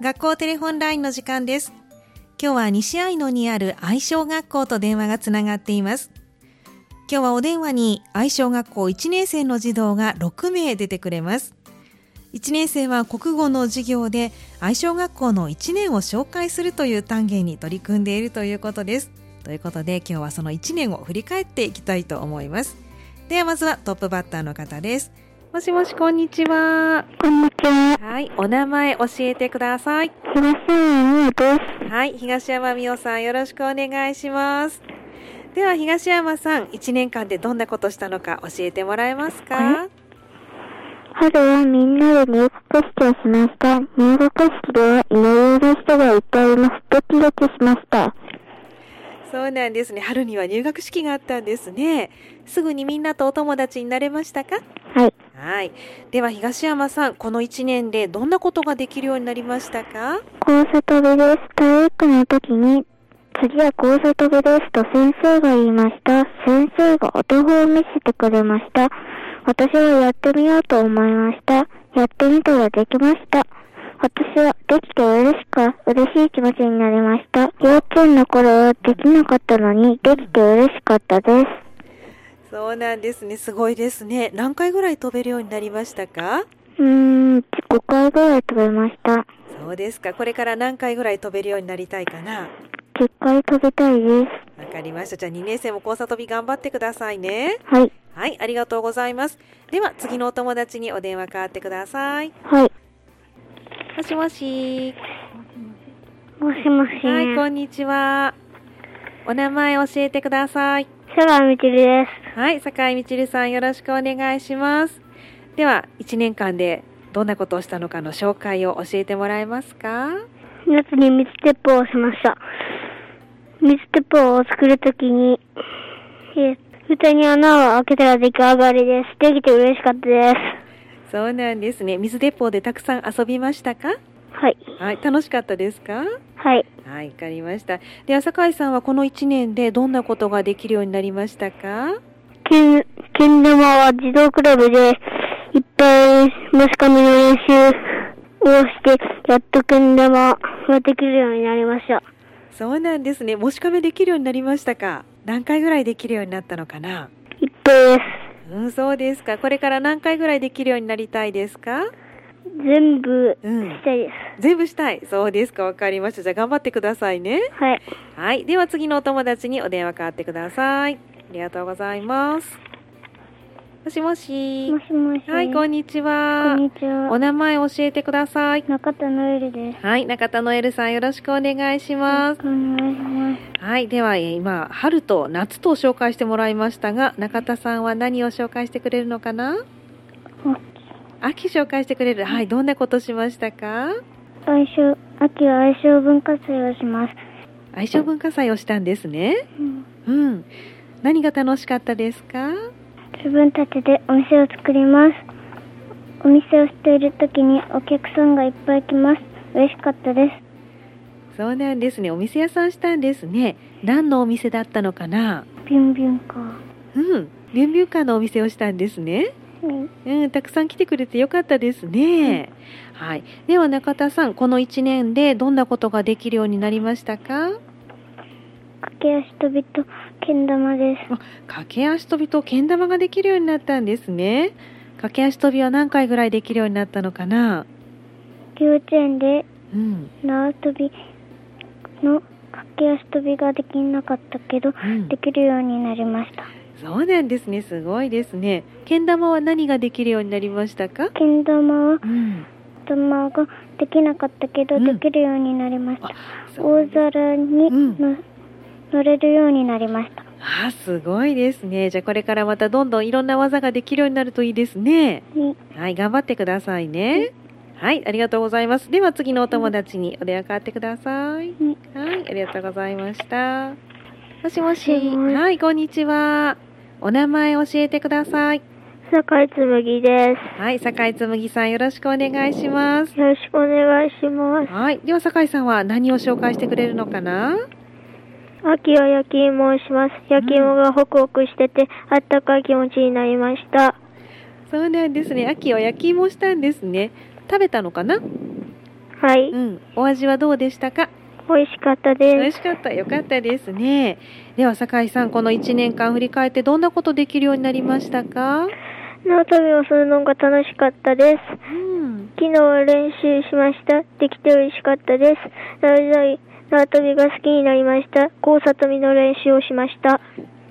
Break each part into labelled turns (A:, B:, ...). A: 学校テレフォンラインの時間です。今日は西愛野にある愛小学校と電話がつながっています。今日はお電話に愛小学校1年生の児童が6名出てくれます。1年生は国語の授業で愛小学校の1年を紹介するという単元に取り組んでいるということです。ということで今日はその1年を振り返っていきたいと思います。ではまずはトップバッターの方です。もしもし、こんにちは。
B: こんにちは。
A: はい、お名前教えてください。
B: 東山美桜で
A: はい、東山美桜さん、よろしくお願いします。では、東山さん、1年間でどんなことしたのか教えてもらえますか
B: 春はみんなで入学式をしました。入学式ではいろいろな人がいっぱいいます。ドキドキしました。
A: そうなんですね。春には入学式があったんですね。すぐにみんなとお友達になれましたか
B: はい。
A: はい。では東山さん、この1年でどんなことができるようになりましたか
B: 交差跳びです。体育の時に、次は交差跳びですと先生が言いました。先生がお手本を見せてくれました。私はやってみようと思いました。やってみたらできました。私はできて嬉しく、嬉しい気持ちになりました。幼稚園の頃はできなかったのに、できて嬉しかったです。
A: そうなんですね。すごいですね。何回ぐらい飛べるようになりましたか
B: うーん、5回ぐらい飛べました。
A: そうですか。これから何回ぐらい飛べるようになりたいかな
B: 10回飛べたいです。
A: わかりました。じゃあ2年生も交差跳び頑張ってくださいね。
B: はい。
A: はい、ありがとうございます。では、次のお友達にお電話代わってください。
B: はい。
A: もしもし。
B: もしもし。
A: はい、こんにちは。お名前教えてください。
B: 坂井みちるです。
A: はい、坂井みちるさんよろしくお願いします。では、1年間でどんなことをしたのかの紹介を教えてもらえますか。
B: 夏に水鉄砲をしました。水鉄砲を作るときに、え、蓋に穴を開けたら出来上がりです。できて嬉しかったです
A: そうなんですね。水鉄砲でたくさん遊びましたか
B: はい。
A: はい、楽しかったですか
B: はい。
A: はい、わかりました。では、酒井さんはこの1年でどんなことができるようになりましたか
B: けん、けん玉は児童クラブでいっぱい虫かみの練習をして、やっとけん玉ができるようになりました。
A: そうなんですね。虫かみできるようになりましたか何回ぐらいできるようになったのかない。
B: っぱいです
A: うん、そうですか。これから何回ぐらいできるようになりたいですか
B: 全部したいです、
A: うん、全部したいそうですかわかりましたじゃあ頑張ってくださいね
B: はい
A: はいでは次のお友達にお電話かわってくださいありがとうございますもしもし
B: もしもし
A: はいこんにちは
B: こんにちは
A: お名前教えてください
B: 中田ノエルです
A: はい中田ノエルさんよろしくお願いします
B: お願いします
A: はいでは今春と夏と紹介してもらいましたが中田さんは何を紹介してくれるのかな秋紹介してくれる。はい、どんなことしましたか
B: 愛称、秋は愛称文化祭をします。
A: 愛称文化祭をしたんですね。うん。うん、何が楽しかったですか。
B: 自分たちでお店を作ります。お店をしている時にお客さんがいっぱい来ます。嬉しかったです
A: そうなんですね。お店屋さんしたんですね。何のお店だったのかな
B: ビュンビュンカー。
A: うん。ビュンビュンカーのお店をしたんですね。うん、たくさん来てくれてよかったですね。うん、はい。では中田さん、この1年でどんなことができるようになりましたか？
B: 駆け足飛びとけん玉です。
A: 駆け足飛びとけん玉ができるようになったんですね。駆け足飛びは何回ぐらいできるようになったのかな？
B: 幼稚園で縄
A: 跳
B: びの駆け足飛びができなかったけど、うん、できるようになりました。
A: そうなんですね。すごいですね。けん玉は何ができるようになりましたか？
B: けん玉は、うん、玉ができなかったけど、うん、できるようになりました。大皿にの、うん、乗れるようになりました。
A: あ、すごいですね。じゃあこれからまたどんどんいろんな技ができるようになるといいですね。はい、頑張ってくださいね。はい、ありがとうございます。では次のお友達にお電話かわってください。はい、ありがとうございました。もしもし。はい、こんにちは。お名前教えてください。。
B: 坂井紬です
A: はい、坂井紬さんよろしくお願いします。
B: よろしくお願いします。
A: はい、では坂井さんは何を紹介してくれるのかな
B: 秋は焼き芋をします。焼き芋がホクホクしてて、うん、あったかい気持ちになりました。
A: そうなんですね。秋は焼き芋したんですね。食べたのかな
B: はい。
A: うん、お味はどうでしたか
B: 美味しかっ た
A: 美
B: で
A: 味
B: す。
A: しかったよかったですねでは酒井さんこの1年間振り返ってどんなことできるようになりましたか
B: 縄跳びをするのが楽しかったです。
A: うん
B: 昨日練習しました。できて美味しかったです。縄跳び縄跳びが好きになりました。交差跳びの練習をしました。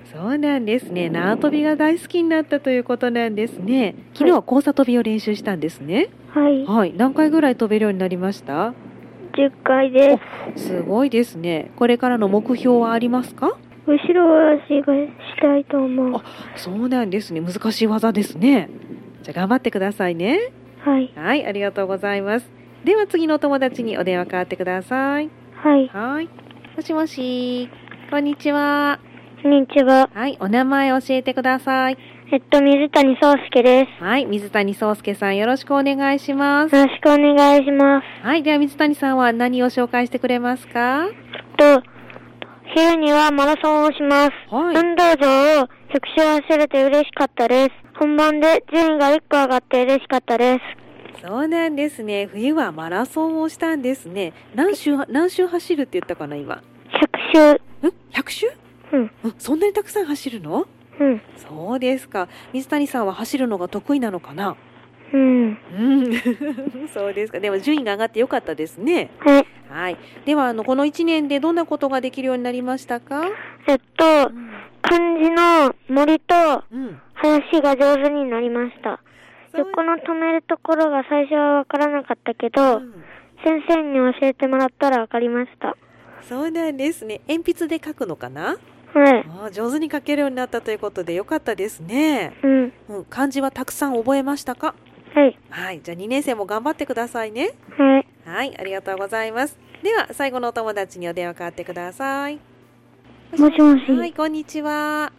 A: そうなんですね縄跳びが大好きになったということなんですね昨日は交差跳びを練習したんですね
B: はい。
A: はい何回ぐらい飛べるようになりました
B: 10回です。
A: すごいですねこれからの目標はありますか
B: 後ろ足がしたいと思う。
A: そうなんですね難しい技ですねじゃあ頑張ってくださいね
B: はい。
A: はい、ありがとうございます。では次のお友達にお電話変わってください。
B: はい。
A: はい。もしもし。こんにちは。
B: こんにちは。
A: はい、お名前教えてください。
B: えっと、水谷壮介で
A: はい、水谷壮介さんよろしくお願いします。
B: よろしくお願いします。
A: はい、では水谷さんは何を紹介してくれますか
B: と、昼にはマラソンをします。
A: はい
B: 運動場を100周走れて嬉しかったです。本番で順位が1個上がって嬉しかったです。
A: そうなんですね。冬はマラソンをしたんですね。何周、何周走るって言ったかな、今。
B: 100
A: ん ?100 周
B: 周。うん。
A: うんそんなにたくさん走るの
B: うん。
A: そうですか。水谷さんは走るのが得意なのかな
B: うん。
A: うん、 そうですか。でも順位が上がってよかったですね。
B: はい。
A: はい。ではあのこの1年でどんなことができるようになりましたか？
B: えっと、
A: う
B: 漢字の森と
A: ん。
B: 林が上手になりました。
A: そう
B: 横の止めるところが最初はわからなかったけど、
A: うん
B: 先生に教えてもらったらわかりました。
A: そうなんですね。鉛筆で書くのかな？
B: はい。
A: あー上手に書けるようになったということでよかったですね。
B: うん。
A: うん、漢字はたくさん覚えましたか？
B: はい。
A: はい。じゃあ2年生も頑張ってくださいね。
B: はい。
A: はい。ありがとうございます。では最後のお友達にお電話変わってください。
B: もしもし
A: はい。こんにちは。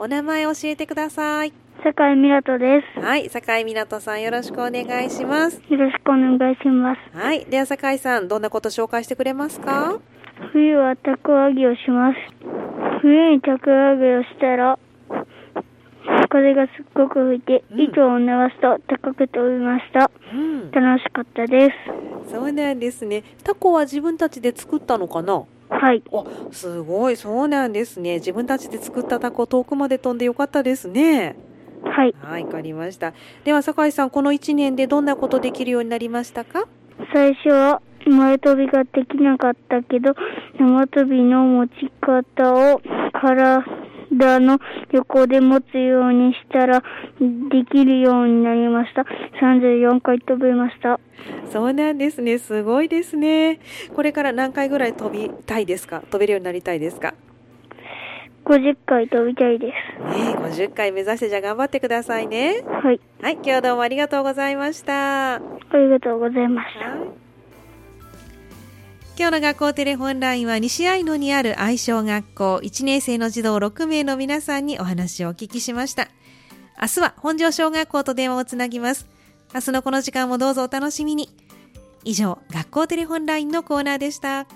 A: お名前教えてください。
B: 坂井美里です。
A: はい、酒井美奈さんよろしくお願いします。
B: よろしくお願いします。
A: はい、では酒井さん、どんなこと紹介してくれますか
B: 冬はたこ揚げをします。冬にたこ揚げをしたら、風がすっごく吹いて、
A: うん
B: 糸を伸ばすと高く飛びました。
A: うん、
B: 楽しかったです。
A: そうなんですね。タコは自分たちで作ったのかな
B: はい。
A: あ、すごい、そうなんですね。自分たちで作ったタコ、遠くまで飛んでよかったですね。
B: はい。
A: はい、わかりました。では酒井さん、この1年でどんなことできるようになりましたか
B: 最初は前跳びができなかったけど、縄跳びの持ち方を体の横で持つようにしたらできるようになりました。34回飛べました。
A: そうなんですね。すごいですね。これから何回ぐらい飛びたいですか飛べるようになりたいですか
B: 50回飛びたいで
A: ねえ、50回目指してじゃあ頑張ってくださいね。
B: す。はい。
A: はい、今日はどうもありがとうございました。
B: ありがとうございました。
A: 今日の学校テレホンラインは西愛野にある愛小学校1年生の児童6名の皆さんにお話をお聞きしました。明日は本庄小学校と電話をつなぎます。明日のこの時間もどうぞお楽しみに。以上、学校テレホンラインのコーナーでした。